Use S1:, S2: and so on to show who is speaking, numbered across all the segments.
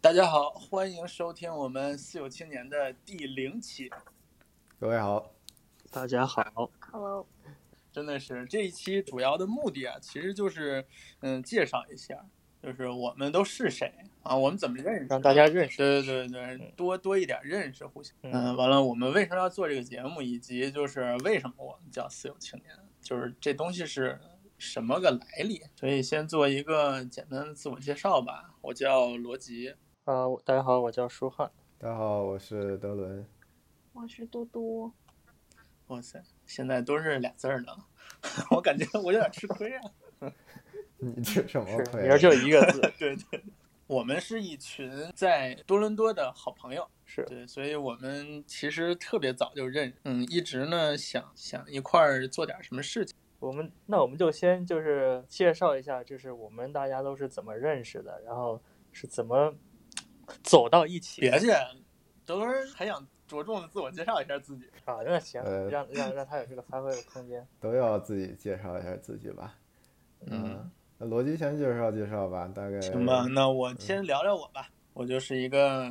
S1: 大家好，欢迎收听我们四有青年的第零期。
S2: 各位好，
S3: 大家好，
S4: Hello，
S1: 真的是这一期主要的目的啊，其实就是嗯，介绍一下，就是我们都是谁啊，我们怎么认识的，
S3: 让大家认识。
S1: 对对对对，多多一点认识互相。
S3: 嗯
S1: 嗯，完了，我们为什么要做这个节目，以及就是为什么我们叫四有青年，就是这东西是什么个来历。所以先做一个简单的自我介绍吧，我叫罗辑。
S3: 啊、我大家好，我叫舒翰。
S2: 大家好，我是德伦。
S4: 我是嘟嘟。
S1: 哇塞，现在都是俩字儿的了， 我感觉我有点吃亏啊。
S2: 你这什么
S3: 是，
S2: 鬼？
S3: 名儿就一个 字，
S1: 对对，我们是一群在多伦多的好朋友，
S3: 是
S1: 对，所以我们其实特别早就认识，嗯，一直呢想想一块儿做点什么事情。
S3: 我们那我们就先就是介绍一下，就是我们大家都是怎么认识的，然后是怎么走到一起
S1: 别介，德伦还想着重的自我介绍一下自己，
S3: 啊。那行，
S2: 呃
S3: 让让让他有这个发挥的 空间。
S2: 都要自己介绍一下自己吧。，嗯
S1: 嗯
S2: 那罗辑先介绍介绍吧，大概
S1: 行吧，那我先聊聊我吧，我就是一个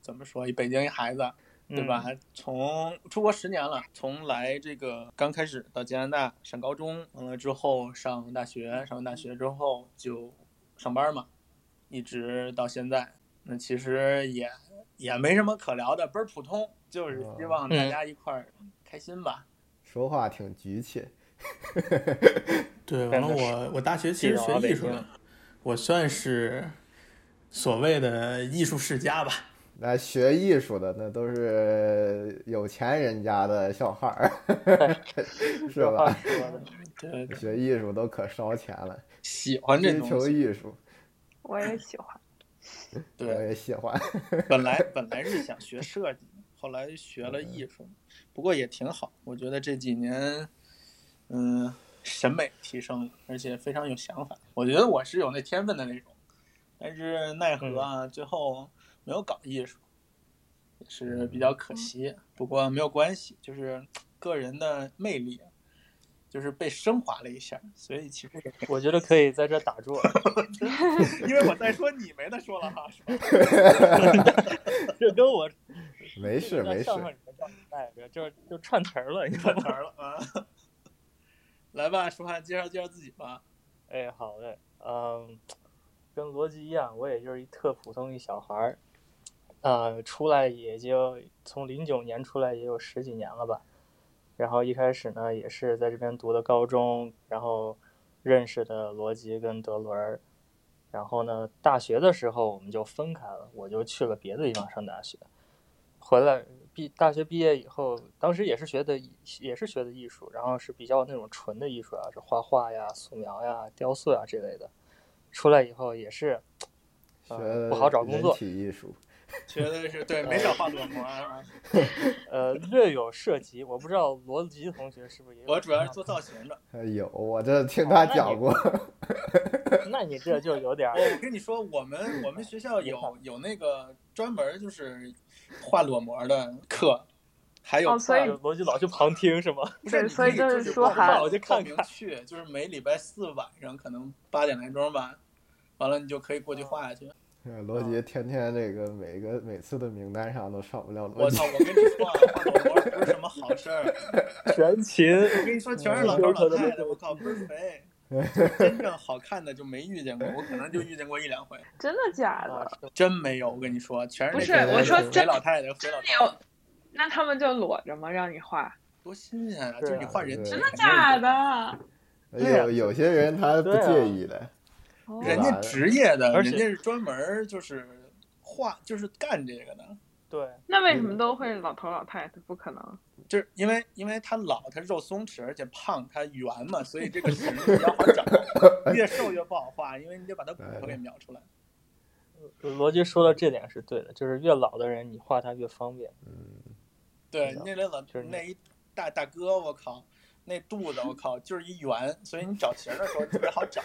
S1: 怎么说，一北京一孩子，对吧？从出国十年了，从来这个刚开始到加拿大上高中，完了之后上大学，上完大学之后就上班嘛，一直到现在。那其实也也没什么可聊的，倍儿普通，就是希望大家一块儿开心吧。
S2: 说话挺局气。
S1: 对，完
S3: 真
S1: 了
S3: 的
S1: 我我大学其实学艺术
S3: 地道啊北
S1: 的，我算是所谓的艺术世家吧。
S2: 那学艺术的那都是有钱人家的小孩儿， 是
S3: 这话
S2: 吧？
S3: 嗯说的
S1: 对，对
S2: 学艺术都可烧钱了，
S1: 喜欢这
S2: 追
S1: 东
S2: 求
S1: 西。
S2: 艺术，
S4: 我也喜欢。
S2: 我
S1: 对，
S2: 也喜欢。
S1: 本来本来是想学设计，后来学了艺术，不过也挺好。我觉得这几年，嗯、审美提升了，而且非常有想法。我觉得我是有那天分的那种，但是奈何啊，最后没有搞艺术，也是比较可惜。不过没有关系，就是个人的魅力，就是被升华了一下。所以其实也
S3: 我觉得可以在这打 住了，
S1: 因为我在说你没得说了哈，是吧？
S3: 这跟我
S2: 没事没事，
S3: 上上你们叫什么来着？就是就串词儿了，你知道
S1: 串
S3: 吗
S1: 词？儿了啊！来吧，舒涵，介绍介绍自己吧。
S3: 哎，好嘞，嗯，跟逻辑一样，我也就是一特普通一小孩儿，呃，出来也就从零九年出来也有十几年了吧。然后一开始呢，也是在这边读的高中，然后认识的罗辑跟德伦儿。然后呢，大学的时候我们就分开了，我就去了别的地方上大学。回来毕大学毕业以后，当时也是学的艺也是学的艺术，然后是比较那种纯的艺术啊，是画画呀、素描呀、雕塑啊这类的。出来以后也是
S2: 学
S3: 呃不好找工作
S2: 人体艺术，
S1: 学的是对，没少画裸模啊。
S3: 呃，略有涉及，我不知道罗辑同学是不是也有。
S1: 我主要是做造型的。
S2: 哎有我这听他讲过。
S3: 那你这就有点儿
S1: 我哦我跟你说，我们我们学校有有那个专门就是画裸模的课，还有
S4: 哦 所以
S3: 罗辑老去旁听是吗？
S1: 不是
S4: 对
S1: 你
S4: 所以
S1: 可
S4: 就是
S1: 是
S4: 说
S3: 还
S1: 我就
S3: 看
S1: 报名去，就是每礼拜四晚上可能八点来钟吧，完了你就可以过去画去。
S2: 嗯罗辑天天这个每个每次的名单上都少不了罗
S1: 我
S2: 辑
S1: 操！，我跟你说，啊，画裸模不是什么好事儿。
S3: 全勤，
S1: 我跟你说，全是老头老太太，我靠，倍儿 肥。真正好看的就没遇见过，我可能就遇见过一两回，
S4: 真的假
S3: 啊
S4: 的？
S3: 是
S1: 真没有。我跟你说，全是
S4: 不是
S1: 那种
S2: 我说
S1: 肥
S4: 真
S1: 老太太、肥老
S4: 没
S1: 太太，
S4: 有，哎那他们就裸着吗？让你画？
S1: 多新鲜啊！
S3: 是
S1: 就是
S3: 啊
S1: 你画人体，
S2: 真
S4: 真的假？的？
S3: 对啊
S2: 有哎有些人他不
S3: 对啊
S2: 介意的，
S4: 哦
S1: 人家职业的，
S3: 而
S1: 人
S3: 且
S1: 家是专门儿就是画，就是干这个的，
S3: 对，
S4: 那为什么都会老头老太太？不可能。
S1: 就是因为因为他老，他肉松弛，而且胖，他圆嘛，所以这个形比较好 找，越瘦越不好画，因为你得把他骨头给描出来。
S3: 罗辑说的这点是对的，就是越老的人你画他越方便。
S2: 嗯，
S1: 对
S3: 是，的
S1: 那那老
S3: 就是
S1: 那一大大哥，我靠，那肚子我靠就是一圆，所以你找型儿的时候特别好 找。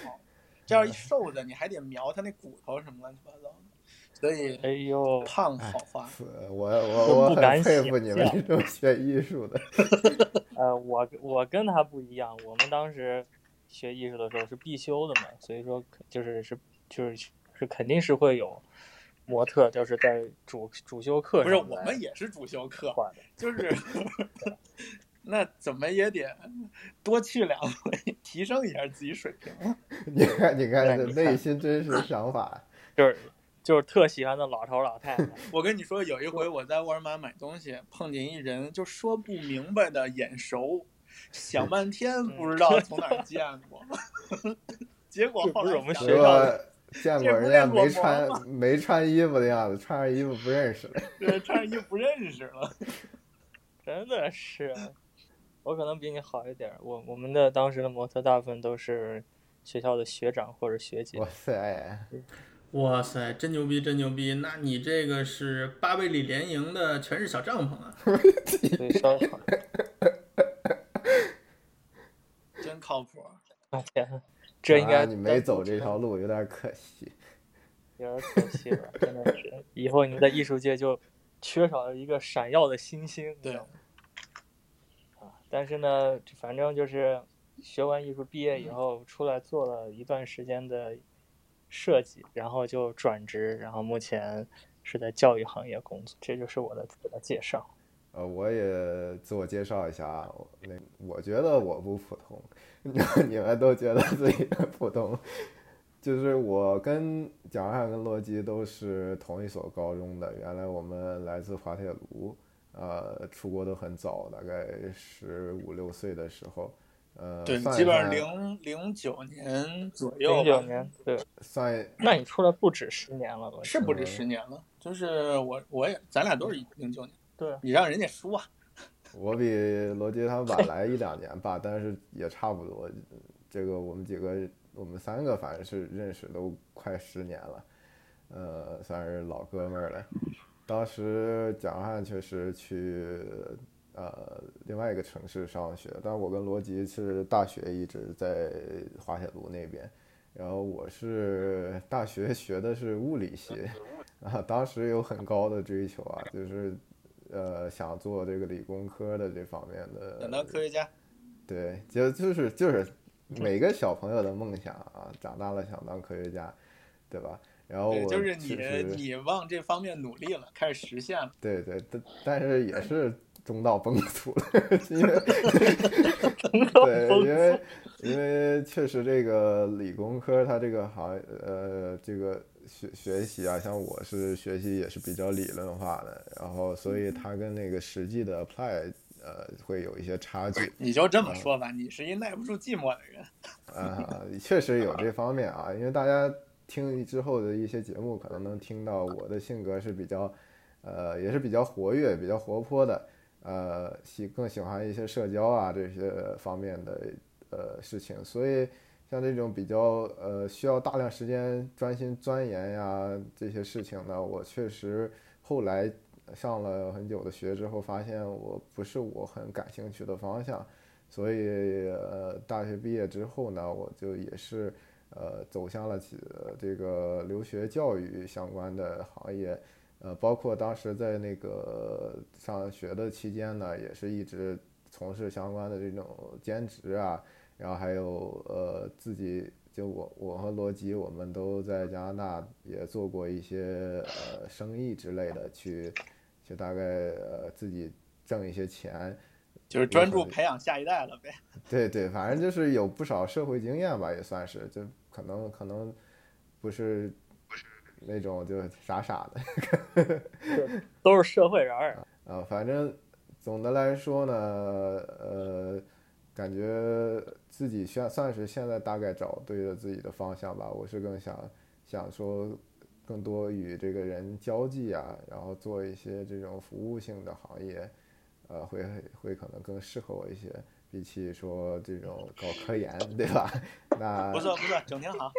S1: 这要一瘦子，你还得瞄他那骨头什么乱七八糟的，所以
S3: 哎呦，
S1: 胖好画。
S2: 是嗯我我我
S3: 不敢
S2: 很佩服
S3: 想
S2: 你们
S3: 象
S2: 这种学艺术的，
S3: 呃，我我跟他不一样，我们当时学艺术的时候是必修的嘛，所以说可就是是就是是肯定是会有模特就是在主主修课
S1: 不是，
S3: 上
S1: 我
S3: 来
S1: 们也是主修课，
S3: 画的。
S1: 就是 那怎么也得多去两回，提升一下自己水平。
S2: 你看，你看，
S3: 对啊
S2: 这
S3: 你看
S2: 内心真实想 法，
S3: 就是就是特喜欢的老头老太太，
S1: 我跟你说，有一回我在沃尔玛买东西，碰见一人就说不明白的眼熟，想半天
S3: 嗯
S1: 不知 道从哪儿见过， 结果后来
S3: 这不是我们
S1: 想
S3: 学
S2: 结
S1: 想
S2: 果见
S3: 校的
S2: 过人家没穿没穿衣服的样子，穿上衣服不认识。
S1: 对，穿上衣服不认识了。
S3: 真的是，我可能比你好一点儿。我我们的当时的模特大部分都是学校的学长或者学姐
S2: 哇，塞，
S5: 哇塞，真牛逼，真牛逼！那你这个是八倍里联营的全是小帐篷啊！
S3: 所以稍微好。
S1: 真靠谱，
S2: 呃
S3: 哎呀， 这应该、
S2: 啊你没走这条路有点可惜。
S3: 有点可惜了，真的是。以后你在艺术界就缺少了一个闪耀的新星，你知
S1: 对
S3: 道吗啊，但是呢，反正就是学完艺术毕业
S1: 嗯
S3: 以后，出来做了一段时间的设计，然后就转职，然后目前是在教育行业工作，这就是我的自我介绍。
S2: 呃，我也自我介绍一下啊，我那我觉得我不普通， 你们都觉得自己很普通，就是我跟蒋汉跟洛基都是同一所高中的，原来我们来自滑铁卢，呃，出国都很早，大概十五六岁的时候，呃，
S1: 对，
S2: 算一
S1: 基本上
S2: 算
S1: 零零九年左右
S3: 零
S1: 吧
S3: 九，年，对，
S2: 算一
S3: 那你出来不止十年了吧？
S1: 是
S2: 嗯
S1: 不止十年了。就是我，我也，咱俩都是零九年，
S3: 对啊，
S1: 你让人家输啊。
S2: 我比罗杰他晚来一两年吧，但是也差不多。这个我们几个，我们三个反正是认识都快十年了，呃，算是老哥们儿了。当时蒋汉确实去呃另外一个城市上学，但我跟罗杰是大学一直在滑铁卢那边，然后我是大学学的是物理系，啊，当时有很高的追求啊，就是呃想做这个理工科的这方面的，
S1: 想当科学家，
S2: 对，就就是就是每个小朋友的梦想啊，长大了想当科学家，对吧？然后
S1: 对，
S2: 我
S1: 就是
S2: 其
S1: 你
S2: 哦实，
S1: 你往这方面努力了，开始实现了。
S2: 对对，但但是也是中道崩殂了， 因为对，因为因为确实这个理工科它这个行呃这个学学习啊，像我是学习也是比较理论化的，然后所以它跟那个实际的 apply 呃会有一些差距。
S1: 你就这么说吧，你是一耐不住寂寞的人。
S2: 啊，确实有这方面啊，因为大家听之后的一些节目，可能能听到我的性格是比较，呃，也是比较活跃、比较活泼的，呃，喜更喜欢一些社交啊这些方面的呃事情，所以像这种比较呃需要大量时间专心钻研呀这些事情呢，我确实后来上了很久的学之后，发现我不是我很感兴趣的方向。所以呃，大学毕业之后呢，我就也是呃走向了其呃这个留学教育相关的行业，呃，包括当时在那个上学的期间呢，也是一直从事相关的这种兼职啊，然后还有呃自己。就我，我和罗辑，我们都在加拿大也做过一些呃生意之类的，去去大概呃自己挣一些钱，
S1: 就是专注培养下一代了呗。
S2: 对对，反正就是有不少社会经验吧，也算是，就可能可能不是那种就傻傻的
S3: 都是社会人儿。
S2: 啊、反正总的来说呢，呃，感觉自己算算是现在大概找对了自己的方向吧。我是更想想说更多与这个人交际啊，然后做一些这种服务性的行业，呃，会会可能更适合我一些。比起说这种搞科研，对吧？那
S1: 不错不错，整挺好。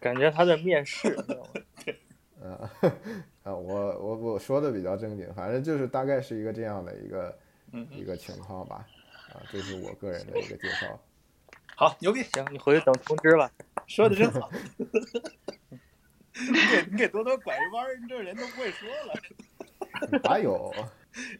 S3: 感觉他在面试，你知道吗？
S2: 啊 啊，我我我说的比较正经，反正就是大概是一个这样的一个
S1: 嗯
S2: 一个情况吧。啊，这是我个人的一个介绍。
S1: 好，牛逼，
S3: 行，你回去等通知吧。
S1: 说的真好。你给你给多多拐一弯儿，你这人都不会说了。
S2: 哪有？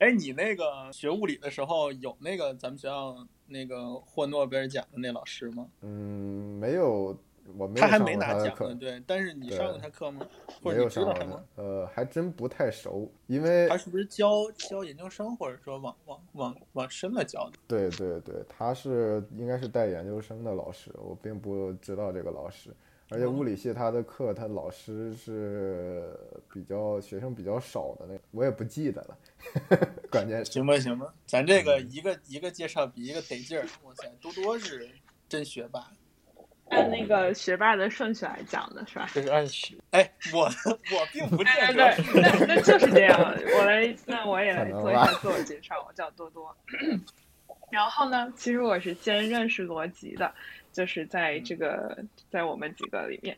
S1: 哎，你那个学物理的时候有那个咱们学校那个获诺贝尔奖的那老师吗？
S2: 嗯，没有我没有
S1: 他还
S2: 上
S1: 没
S2: 过
S1: 拿
S2: 的
S1: 奖
S2: 课
S1: 呢，，对。但是你
S2: 对
S1: 上过他课吗？或
S2: 没
S1: 者
S2: 有
S1: 你知
S2: 上
S1: 道
S2: 过
S1: 他
S2: 他
S1: 吗？，
S2: 呃，还真不太熟，因为
S1: 他是不是教教研究生，或者说往往往往深了教的？
S2: 对对对，他是应该是带研究生的老师，我并不知道这个老师。而且物理系他的课，他老师是比较学生比较少的那个，我也不记得了。 关键是
S1: 行吧，行吧，咱这个一个一个介绍比一个得劲儿。哇塞，多多是真学霸。
S4: 按那个学霸的顺序来讲的是吧？
S3: 就是按学
S1: 哎，我 我并不见
S4: 哎，对
S1: 得，
S4: 那那就是这样。我来，那我也来
S2: 可能
S4: 做一
S2: 吧
S4: 下自我介绍，我叫多 多。然后呢，其实我是先认识罗辑的，就是在这个在我们几个里面，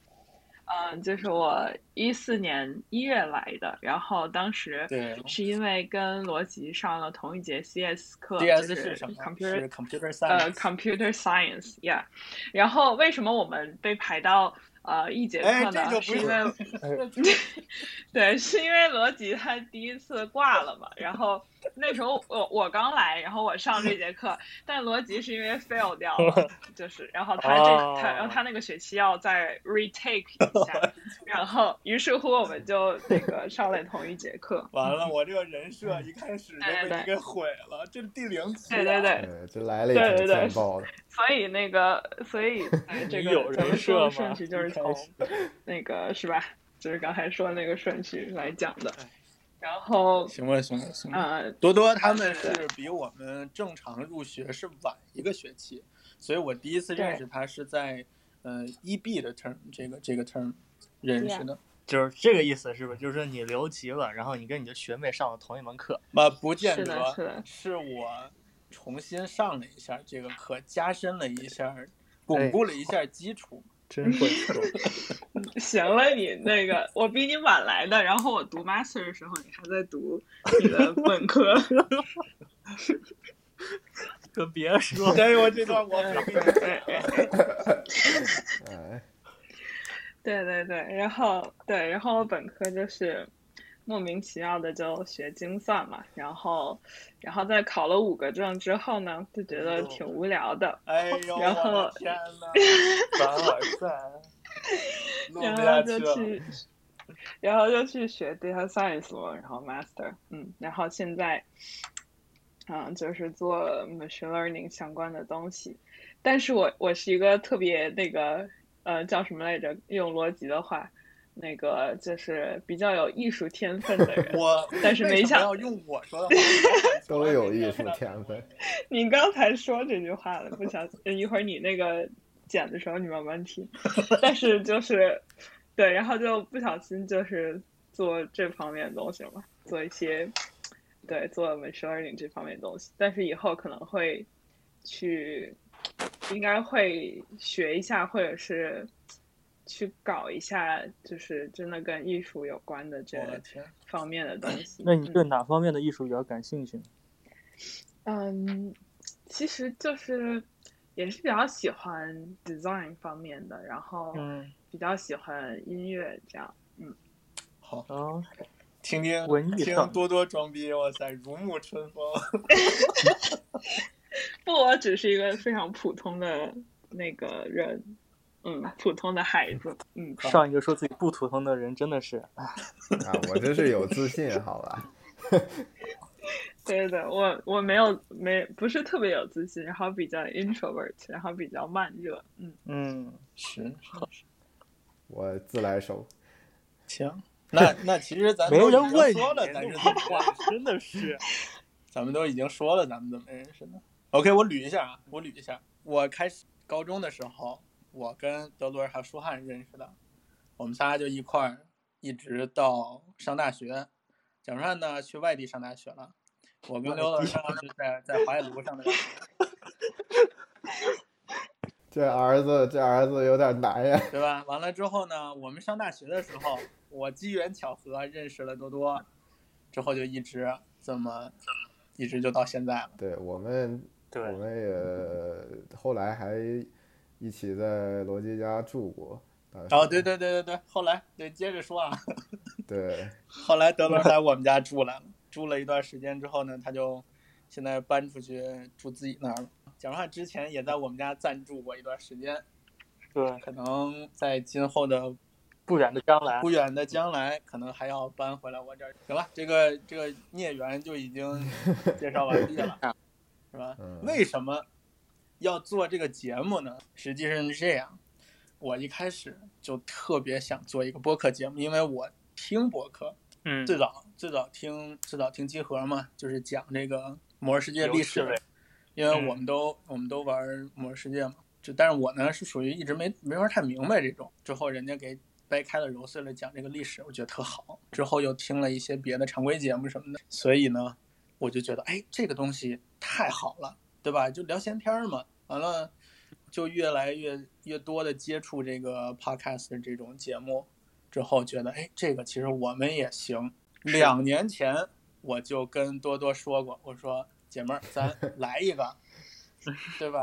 S4: 嗯、就是我一四年一月来的，然后当时
S1: 对
S4: 是因为跟罗辑上了同一节 CS 课
S1: DS
S4: 就是
S1: 什么？
S4: computer
S1: 是 computer science。
S4: 呃 computer science，yeah。然后为什么我们被排到呃一节
S1: 哎
S4: 课
S1: 这
S4: 呢？
S1: 就是哎不
S4: 因
S1: 用
S4: 为 对，是因为罗辑他第一次挂了嘛，然后那时候我我刚来，然后我上这节课，但罗辑是因为 fail 掉 了，就是，然后他这、
S3: 哦
S4: 他然后他那个学期要再 retake 一 下，然后于是乎我们就那个上了同一节课，
S1: 完了，我这个人设一开始就
S4: 嗯对对
S1: 被
S4: 对
S1: 你给毁了，这是第零啊次。
S4: 对对，对，
S2: 呃，这来了也
S4: 对
S2: 挺
S4: 对对
S2: 劲爆的。
S4: 所以那个所以 呃这
S3: 你有
S4: 个咱
S3: 人
S4: 们
S3: 设
S4: 说的
S3: 吗
S4: 顺序就是
S3: 一开
S4: 从
S3: 始
S4: 那个是吧，就是刚才说那个顺序来讲的
S1: 哎，
S4: 然后
S1: 行吧，行吧，行吧。
S4: 呃
S1: 多多他们是比我们正常入学是晚一个学期，所以我第一次认识他是在呃 EB 的 term 这个这个 term 认识的，
S3: 就是这个意思，是不是？就是说你留级了，然后你跟你的学妹上了同一门课，
S1: 啊，不见
S4: 是的
S1: 得
S4: 是的。
S1: 是我重新上了一下这个课，加深了一下，
S3: 哎
S1: 巩固了一下基础。
S3: 真会说。
S4: 行了你，那个我比你晚来的，然后我读 master 的时候，你还在读 你的本科。
S3: 可别说，哎
S1: 但是我这段我没给你
S2: 哎，
S4: 对对对，然后对，然后我本科就是莫名其妙的就学精算嘛，然后然后在考了五个证之后呢，就
S3: 哎
S4: 觉得挺无聊的，
S1: 哎呦，我
S4: 然后
S1: 的天呐，
S3: 凡 尔赛，
S1: 录
S4: 然
S1: 不
S4: 后
S1: 下
S4: 就
S1: 去了。
S4: 去，然后就去学 data science 了，然后 master，嗯，然后现在，嗯，就是做 machine learning 相关的东西。但是我我是一个特别那个呃叫什么来着？用逻辑的话，那个就是比较有艺术天分的人。
S1: 我
S4: 但是没
S1: 为什么
S4: 想
S1: 要用我说的话，我
S2: 都有艺术 天分。
S4: 你刚才说这句话了，不想一会儿你那个剪的时候你慢慢听， 但是就是对，然后就不小心就是做这方面的东西了嘛，做一些对做 machine learning 这方面的东西，但是以后可能会去应该会学一下，或者是去搞一下，就是真的跟艺术有关的这
S1: 我的天，
S4: 方面的东西。
S3: 哦那你
S4: 嗯
S3: 对哪方面的艺术比较感兴趣呢？
S4: 嗯，其实就是也是比较喜欢 design 方面的，然后
S3: 嗯，
S4: 比较喜欢音乐这样。
S1: 好。
S3: 啊，
S1: 听听
S3: 文艺
S1: 听
S3: 范
S1: 多多装逼，哇塞，如沐春 风。
S4: 不，我只是一个非常普通的那个人，嗯，普通的孩子，嗯，
S3: 上一个说自己不普通的人真的是，
S2: 啊，我真是有自信，好吧？
S4: 对对对，我我没有没不是特别有自信，然后比较 introvert，然后比较慢热，嗯，
S3: 嗯，
S1: 是，
S2: 我自来熟。
S1: 行，那那其实咱
S3: 没
S1: 都已
S3: 人问
S1: 经
S3: 你
S1: 说了，咱是怎么认识，
S3: 真的是。
S1: 咱们都已经说了咱们怎么认识的。OK，我捋一下啊，我捋一下。我开始高中的时候，我跟德伦还有舒翰认识的，我们仨就一块儿一直到上大学。蒋舒翰呢去外地上大学了，我跟刘老师呢是在在淮海路上的大学。
S2: 这儿子，这儿子有点难呀。
S1: 对吧？完了之后呢，我们上大学的时候，我机缘巧合认识了多多，之后就一直这么，一直就到现在了。
S2: 对我们，
S3: 对
S2: 我们也后来还一起在罗辑家住过。啊
S1: 哦，对对对对对，后来对接着说啊，
S2: 对，
S1: 后来德伦来我们家住来了，住了一段时间之后呢，他就现在搬出去住自己那儿了。蒋汉之前也在我们家暂住过一段时间，
S3: 对，
S1: 可能在今后的
S3: 不远的将来
S1: 不，远的将来，可能还要搬回来我这儿。行了，这个这个孽缘就已经介绍完毕了，是吧
S2: 嗯？
S1: 为什么要做这个节目呢？实际上是这样，我一开始就特别想做一个播客节目，因为我听播客，
S3: 嗯，
S1: 最早最早听最早听集合嘛，就是讲这个《魔兽世界》历史
S3: 有趣味
S1: 的，因为
S3: 嗯
S1: 我们都、我们都玩《魔兽世界》嘛。就但是我呢是属于一直没没玩太明白这种，之后人家给掰开了揉碎了讲这个历史，我觉得特好。之后又听了一些别的常规节目什么的，所以呢，我就觉得哎，这个东西太好了，对吧？就聊闲天儿嘛，完了。就越来越越多的接触这个 podcast 的这种节目，之后觉得，哎，这个其实我们也行。两年前我就跟多多说过，我说姐们儿， 咱来一个，对吧？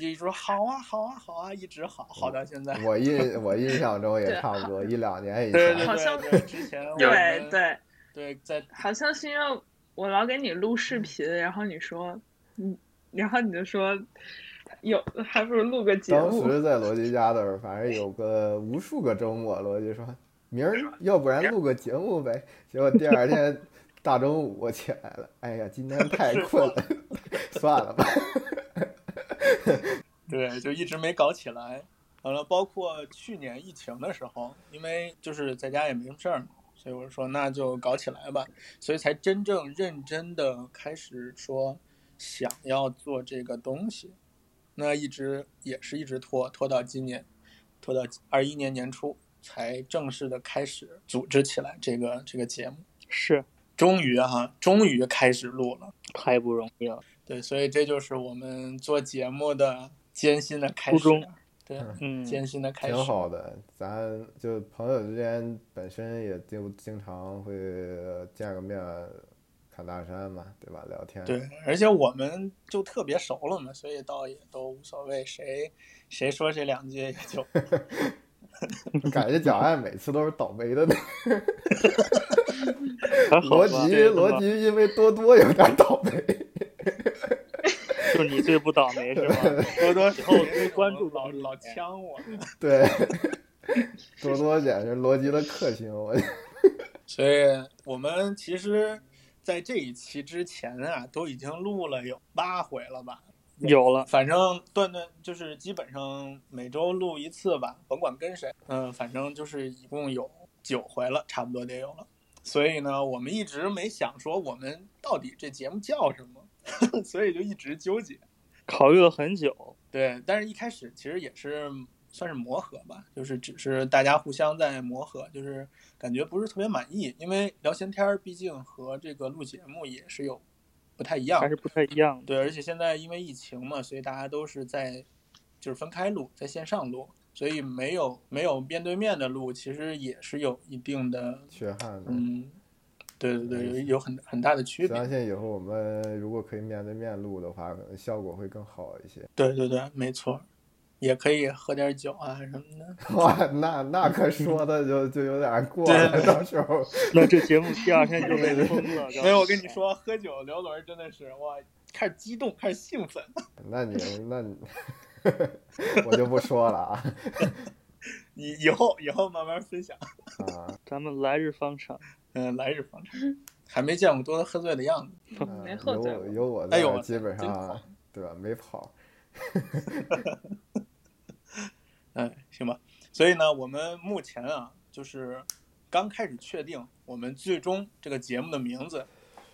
S1: 一直说好啊，好啊，好啊，一直好，好到现在。
S2: 我印我印象中也
S4: 对
S2: 差不多一两年以
S1: 对对
S2: 前，
S4: 好像
S1: 对对，之前
S2: 哦
S1: 我
S4: 对
S1: 们
S4: 对，
S1: 对在
S4: 好像是因为我老给你录
S2: 嗯
S4: 视频，然后你说，嗯，然后你就说，有还不如录个节
S2: 当
S4: 目。
S2: 时在罗辑家的时候，反正有个无数个周末，罗辑说明儿要不然录个节目呗。结果第二天大中午我起来了，哎呀，今天太困了， 算了吧。
S1: 对，就一直没搞起来。完了，包括去年疫情的时候，因为就是在家也没什么事儿嘛，所以我说那就搞起来吧，所以才真正认真的开始说想要做这个东西。那一直也是一直拖拖到今年，拖到二一年年初才正式的开始组织起来这个这个节目。
S3: 是
S1: 终于啊哈、终于开始录了。
S3: 太不容易了，
S1: 对，所以这就是我们做节目的艰辛的开始。啊
S3: 初衷
S1: 对，
S3: 嗯，
S1: 艰辛的开始。
S2: 挺好的，咱就朋友之间本身也就经常会呃见个面，侃大山嘛，对吧？聊天。
S1: 对，而且我们就特别熟了嘛，所以倒也都无所谓，谁谁说谁两句也就
S2: 感觉蒋爱每次都是倒霉的那个
S3: 还好吧
S2: 罗 辑，
S3: 对
S2: 罗辑因为多多有点倒霉。
S3: 就你最不倒霉是吧？
S1: 多多哎
S3: 以后多关注
S1: 老
S3: 关注
S1: 老
S3: 点
S1: 呛我。
S2: 对，多多简直罗辑的克星，我
S1: 所以我们其实在这一期之前啊，都已经录了有八回了吧？
S3: 有了，
S1: 反正断断就是基本上每周录一次吧，甭管跟谁，嗯，反正就是一共有九回了，差不多得有了。所以呢，我们一直没想说我们到底这节目叫什么， 所以就一直纠结。
S3: 考虑了很久，
S1: 对，但是一开始其实也是算是磨合吧，就是只是大家互相在磨合，就是感觉不是特别满意，因为聊闲天儿毕竟和这个录节目也是有不太一样
S3: 还，是不太一样的。
S1: 对，而且现在因为疫情嘛，所以大家都是在就是分开录，在线上录，所以没有没有面对面的录，其实也是有一定的
S2: 缺憾的。
S1: 嗯，对对对，有有很很大的区别。
S2: 相信以后我们如果可以面对面录的话，可能效果会更好一些。
S1: 对对对，没错，也可以喝点酒啊什么的。
S2: 哇，那那可说的就就有点过了，到时候
S3: 那这节目第二天就被 封了，
S1: 没有，我跟你，说，喝酒刘伦真的是哇，开始激动，开始兴奋。
S2: 那你那你我就不说了啊
S1: 以以后以后慢慢分享。
S2: 啊！
S3: 咱们来日方长，
S1: 嗯，来日方长，还没见过多多喝醉的样子。
S2: 嗯
S4: 没喝
S2: 有
S4: 醉
S2: 我有我
S1: 哎呦
S2: 在，基本
S1: 真
S2: 上
S1: 好
S2: 对吧？没跑，
S1: 嗯，行吧。所以呢，我们目前啊，就是刚开始确定我们最终这个节目的名字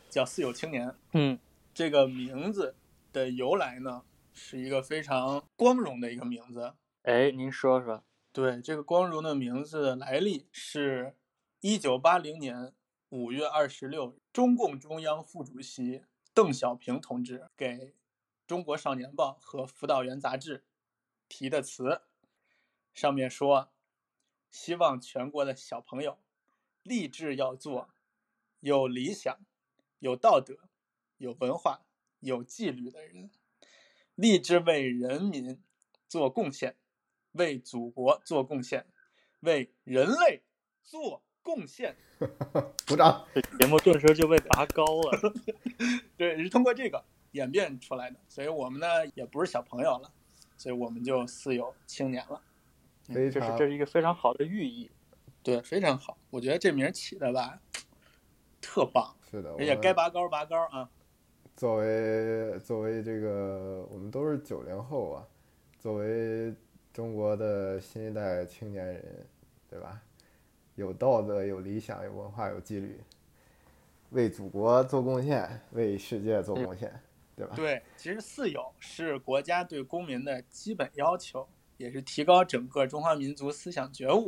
S1: 叫《四有青年》。
S3: 嗯，
S1: 这个名字的由来呢，是一个非常光荣的一个名字。
S3: 哎，您说说，
S1: 对，这个光荣的名字的来历是，一九八零年五月二十六日，中共中央副主席邓小平同志给《中国少年报》和《辅导员》杂志题的词，上面说，希望全国的小朋友立志要做有理想、有道德、有文化、有纪律的人，立志为人民做贡献。为祖国做贡献，为人类做贡献。
S2: 鼓掌。
S3: 这节目顿时就被拔高了，
S1: 对，是通过这个演变出来的。所以我们呢也不是小朋友了，所以我们就四有青年了。
S2: 非
S3: 这是
S2: 常
S3: 这是一个非常好的寓意。
S1: 对，非常好，我觉得这名儿起的吧，特棒，
S2: 是的，我
S1: 而且
S2: 们
S1: 哎该拔高拔高啊，
S2: 作为作为这个，我们都是九零后啊，作为中国的新一代青年人，对吧？有道德、有理想、有文化、有纪律，为祖国做贡献，为世界做贡献，对吧？
S1: 嗯对，其实四有是国家对公民的基本要求，也是提高整个中华民族思想觉悟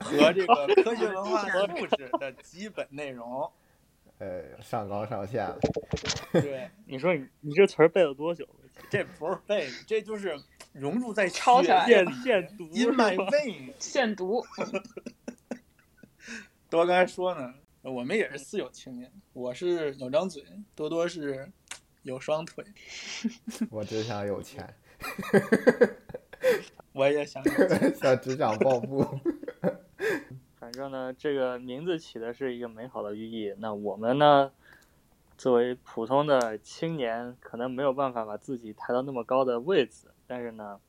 S1: 和这个科学文化素质的基本内容。
S2: 呃，上纲上线了，
S1: 对，
S3: 你说你你这词儿背了多久？
S1: 这不是背，这就是融入在
S4: 抄起
S1: 血
S4: 来
S1: 液
S3: 现
S1: 里
S3: 现读是
S1: ，in my
S3: 吧？
S1: vein。
S4: 现读，
S1: 多刚才说呢，我们也是四有青年，我是有张嘴，多多是有双腿，
S2: 我只想有钱，
S1: 我也想有 钱
S2: 想只想暴富。
S3: 反正呢，这个名字起的是一个美好的寓意。那我们呢，作为普通的青年，可能没有办法把自己抬到那么高的位置，但是呢，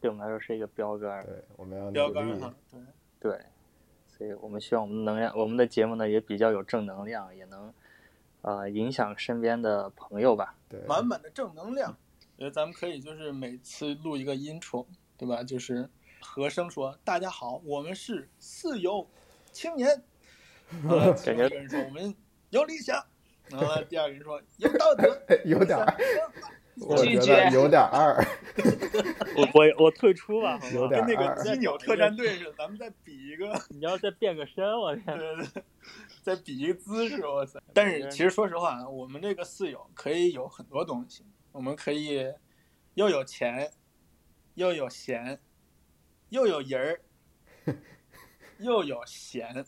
S3: 对我们来说是一个标杆儿。
S2: 对，我们要
S1: 标
S2: 努
S1: 杆
S2: 力
S1: 哈。。对，
S3: 对，所以我们希望我们的能量，我们的节目呢也比较有正能量，也能呃影响身边的朋友吧。
S2: 对，
S1: 满满的正能量。觉得咱们可以就是每次录一个 intro，对吧？就是和声说：“大家好，我们是四有青 年。”完了，第一个人说：“我们有理想。”完了，第二个人说：“有道德。
S2: 有点儿，我
S4: 拒
S2: 觉
S4: 绝
S2: 得有点儿二，
S3: 我我我退出吧，好
S2: 有
S3: 吗？
S2: 点
S1: 跟
S2: 儿
S1: 那
S2: 二
S1: 个金牛特战队似的，咱们再比一个，
S3: 你要再变个身，我天！
S1: 对对对，再比一个姿势，哇塞！但是其实说实话啊，我们这个四友可以有很多东西，我们可以又有钱，又有闲，又有人儿， 又有闲。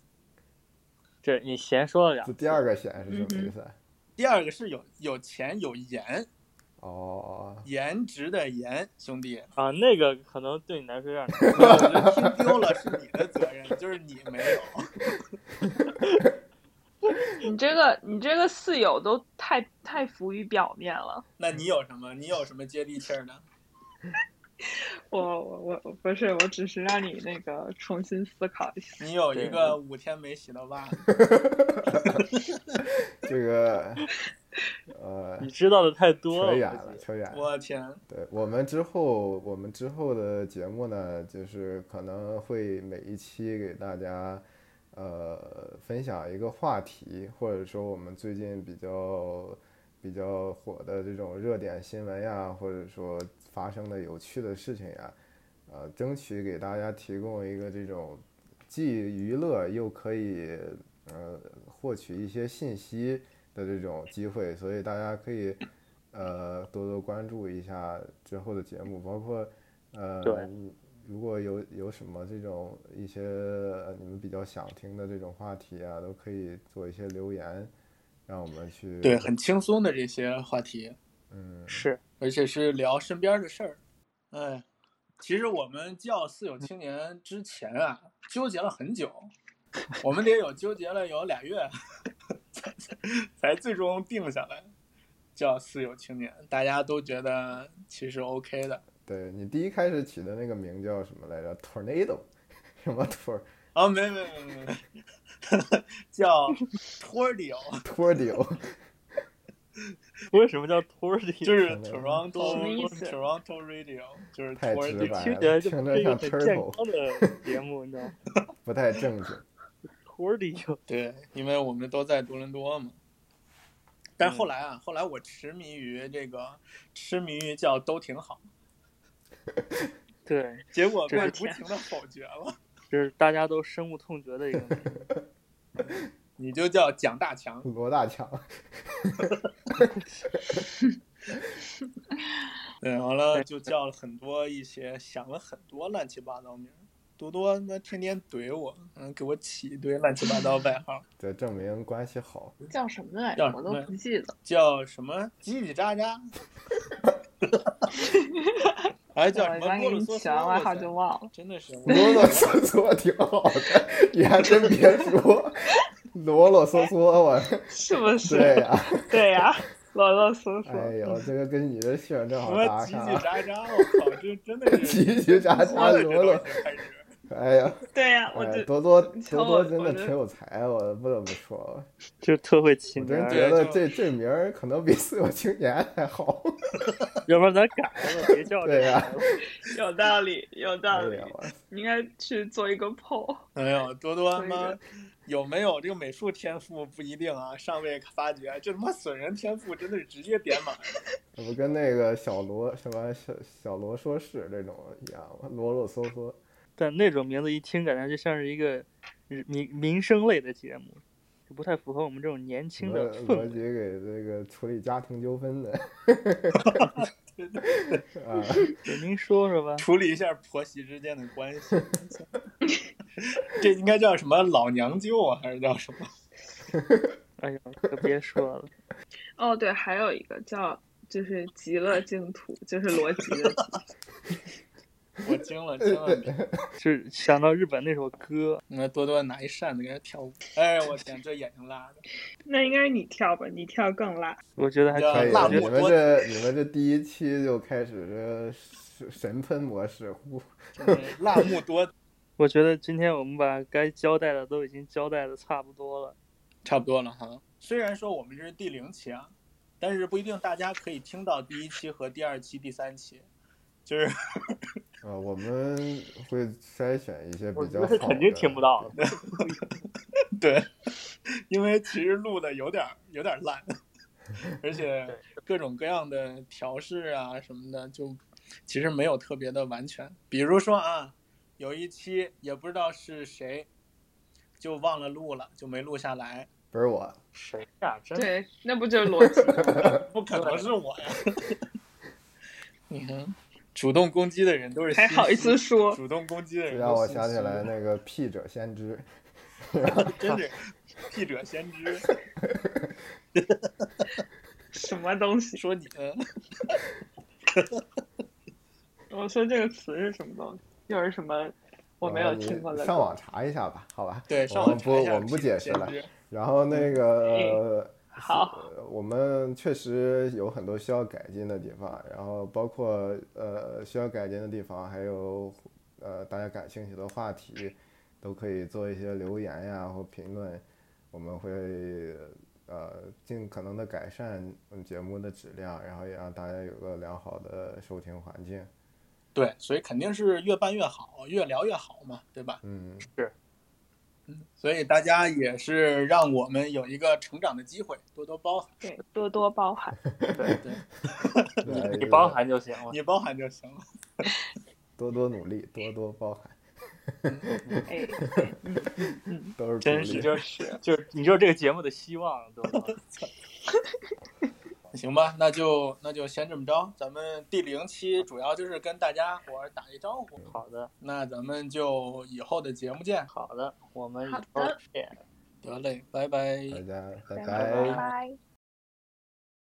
S3: 这你闲说了两
S2: 这
S3: 句，
S2: 第二个弦
S1: 嗯
S2: 是什么意思？啊
S1: 第二个是有有钱有颜，
S2: 哦，
S1: 颜值的颜，兄 弟，
S3: 啊，那个可能对你来说有点难。
S1: 我觉得听丢了是你的责任，就是你没有。
S4: 你这个你这个四友都太太浮于表面了。
S1: 那你有什么？你有什么接地气儿呢？
S4: 我我我我不是，我只是让你那个重新思考一下。
S1: 你有一
S3: 对
S1: 个五天没洗的袜子。
S2: 这个，呃，
S3: 你知道的太多
S2: 扯
S3: 了，
S2: 远
S3: 我
S2: 了，
S3: 估计
S2: 扯远了。
S1: 我天，
S2: 对我们之后，我们之后的节目呢，就是可能会每一期给大家，呃，分享一个话题，或者说我们最近比较比较火的这种热点新闻呀，或者说发生的有趣的事情呀，呃，争取给大家提供一个这种既娱乐又可以呃获取一些信息的这种机会，所以大家可以。呃多多关注一下之后的节目，包括呃
S3: 对
S2: 如果有有什么这种一些呃你们比较想听的这种话题啊，都可以做一些留言，让我们去
S1: 对，很轻松的这些话题。
S2: 嗯
S3: 是
S1: 而且是聊身边的事儿。哎，其实我们叫四有青年之前啊，纠结了很久，我们得有纠结了有俩月，才才最终定下来叫四有青年。大家都觉得其实 OK 的。
S2: 对你第一开始起的那个名叫什么来着？Tornado 什么 tor
S1: 啊，没没没没 没，叫 Tordio，
S2: tordio
S3: 为什么叫 Tordy？
S1: 就是
S2: 什么
S1: Toronto
S4: 什么意思
S1: Toronto Radio，就是
S2: 太直
S1: Tordio。
S2: 白了
S3: 听起来就
S2: 听
S3: 不
S2: 着
S3: 是一个
S2: 像
S3: 很健
S2: turtle，
S3: 康 的节目，你知道吗
S2: 不太正经。
S3: ？Tordy
S1: 对，因为我们都在多伦多嘛。但是后来啊，后来我痴迷于这个，痴迷于叫都挺好，
S3: 对，
S1: 结果被
S3: 这是
S1: 无情的否决了。
S3: 就是大家都深恶痛绝的一个名字。
S1: 你就叫蒋大 强，
S2: 罗大强，
S1: 对，完了就叫了很多一些，想了很多乱七八糟名儿。多多那天天怼我，嗯，给我起一堆乱七八糟外号，
S2: 这证明关系好。
S4: 叫什么来
S1: 叫
S4: 着？
S1: 什
S4: 我
S1: 么
S4: 都
S1: 来着
S4: 不记得。
S1: 叫什么叽叽喳喳，还叫什
S4: 我
S1: 么
S4: 刚
S1: 啰
S4: 给
S1: 啰
S4: 你
S1: 嗦
S4: 起
S1: 嗦
S4: 完外号
S1: 哇
S4: 就
S1: 塞，
S4: 忘了。
S1: 真的是我
S2: 啰啰嗦嗦挺好的，你还真啊别说，啰啰嗦嗦我。
S4: 是不
S2: 对
S4: 是？
S2: 呀、
S4: 对呀、啰啰嗦
S2: 哎
S4: 嗦，
S2: 呦，这个跟你的姓儿正
S1: 什
S2: 好
S1: 么
S2: 搭
S1: 叽叽
S2: 上，啊
S1: 喳喳，我靠，这真的是
S2: 叽叽喳
S1: 说
S2: 喳
S1: 了这
S2: 罗罗
S1: 东，西开始，
S2: 哎呀，
S4: 对呀、 我
S2: 哎
S4: 就
S2: 多多
S4: 你瞧
S2: 多
S4: 我
S2: 多真的
S4: 我这
S2: 挺有才，啊我不得不说，
S3: 就特会
S2: 我
S3: 起
S2: 真
S3: 名儿，
S2: 觉得
S1: 就
S2: 这这名儿可能比 四有青年还好。
S3: 要不然咱改了吧，别叫这
S2: 对呀
S3: 个了。
S4: 哦有道理，有道
S2: 哎
S4: 理
S2: 呀，，我
S4: 你应该去做一个 poll。
S1: 哎呦，多多他
S4: 所以
S1: 妈有没有这个美术天赋不一定啊，尚未发掘，这他妈损人天赋真的是直接点满。
S2: 这不跟那个小罗什么小小罗说事这种一样吗？啰啰嗦嗦。
S3: 但那种名字一听，感觉就像是一个民民生类的节目，就不太符合我们这种年轻
S2: 罗
S3: 的
S2: 罗
S3: 氛围。
S2: 辑给这个处理家庭纠纷的，啊，
S3: 对您说说吧，
S1: 处理一下婆媳之间的关系。 这应该叫什么老娘舅啊，还是叫什么？
S3: 哎呀，可别说了，
S4: 哦，对，还有一个叫就是极乐净土，就是罗辑的极。
S1: 我惊了，惊了！
S3: 是想到日本那首歌，
S1: 你们多多拿一扇子跟人跳舞，哎，我天，这眼睛辣的，
S4: 那应该是你跳吧，你跳更辣。
S3: 我觉得还
S1: 啊
S2: 可
S3: 挺
S2: 以
S1: 辣
S2: 了。
S3: 我
S1: 目
S2: 你们
S3: 觉得
S1: 多
S2: 这你们这第一期就开始这神喷模式，呼，
S1: 嗯辣目多，
S3: 我觉得今天我们把该交代的都已经交代的差不多了。
S1: 差不多了哈。虽然说我们这是第零期啊，但是不一定大家可以听到第一期和第二期、第三期， 就是
S2: 啊，我们会筛选一些比
S3: 我
S2: 较
S3: 觉
S2: 好
S3: 得
S2: 的，
S3: 肯定听不到的，
S1: 对，因为其实录的有点儿有点儿烂， 而且各种各样的调试啊什么的，就其实没有特别的完全。比如说啊，有一期也不知道是谁，就忘了录了，就没录下来，
S2: 不是我，
S3: 谁呀、真的
S4: 对，那不就是罗辑吗？
S1: 不可能是我呀。 你看，主动攻击的人都是
S4: 还
S1: 心
S4: 好意
S1: 虚
S4: 思说？
S1: 主动攻击的
S2: 这
S1: 人
S2: 让
S1: 都
S2: 我
S1: 心
S2: 想起
S1: 虚
S2: 来，那个屁者先 知，
S1: 真是屁者先知，
S4: 什么东西？
S1: 说你嗯
S4: 我说这个词是什么东西？又是什么我没有
S2: 呃你
S4: 听过的？
S2: 上网查一下吧，好吧？
S1: 对，上
S2: 我
S1: 网
S2: 们
S1: 查
S2: 不
S1: 一下
S2: 我们不
S1: 屁者
S2: 解释
S1: 先
S2: 了
S1: 知
S2: 然后那
S3: 哎
S2: 个、
S4: 好，
S2: 呃，我们确实有很多需要改进的地方，然后包括呃需要改进的地方，还有呃大家感兴趣的话题，都可以做一些留言呀或评论，我们会呃尽可能的改善嗯节目的质量，然后也让大家有个良好的收听环境。
S1: 对，所以肯定是越办越好，越聊越好嘛，对吧？
S2: 嗯，
S1: 所以大家也是让我们有一个成长的机会，多多包涵，
S4: 对，多多包涵。
S2: 对
S3: 你包，含就行了。
S1: 你包涵就行了。
S2: 多多努力，多多包涵，
S4: 哎，
S2: 都是鼓
S3: 真是
S2: 励。
S3: 就是就是你就是这个节目的希望，对吧？
S1: 行吧，那就那就先这么着，咱们第零期主要就是跟大家伙儿打一招呼，
S3: 好的，
S1: 那咱们就以后的节目见，
S3: 好的，我们以
S4: 好
S3: 后
S4: 的
S3: 见。
S1: 得嘞，拜拜。
S2: 大家拜
S4: 拜
S2: 拜
S4: 拜。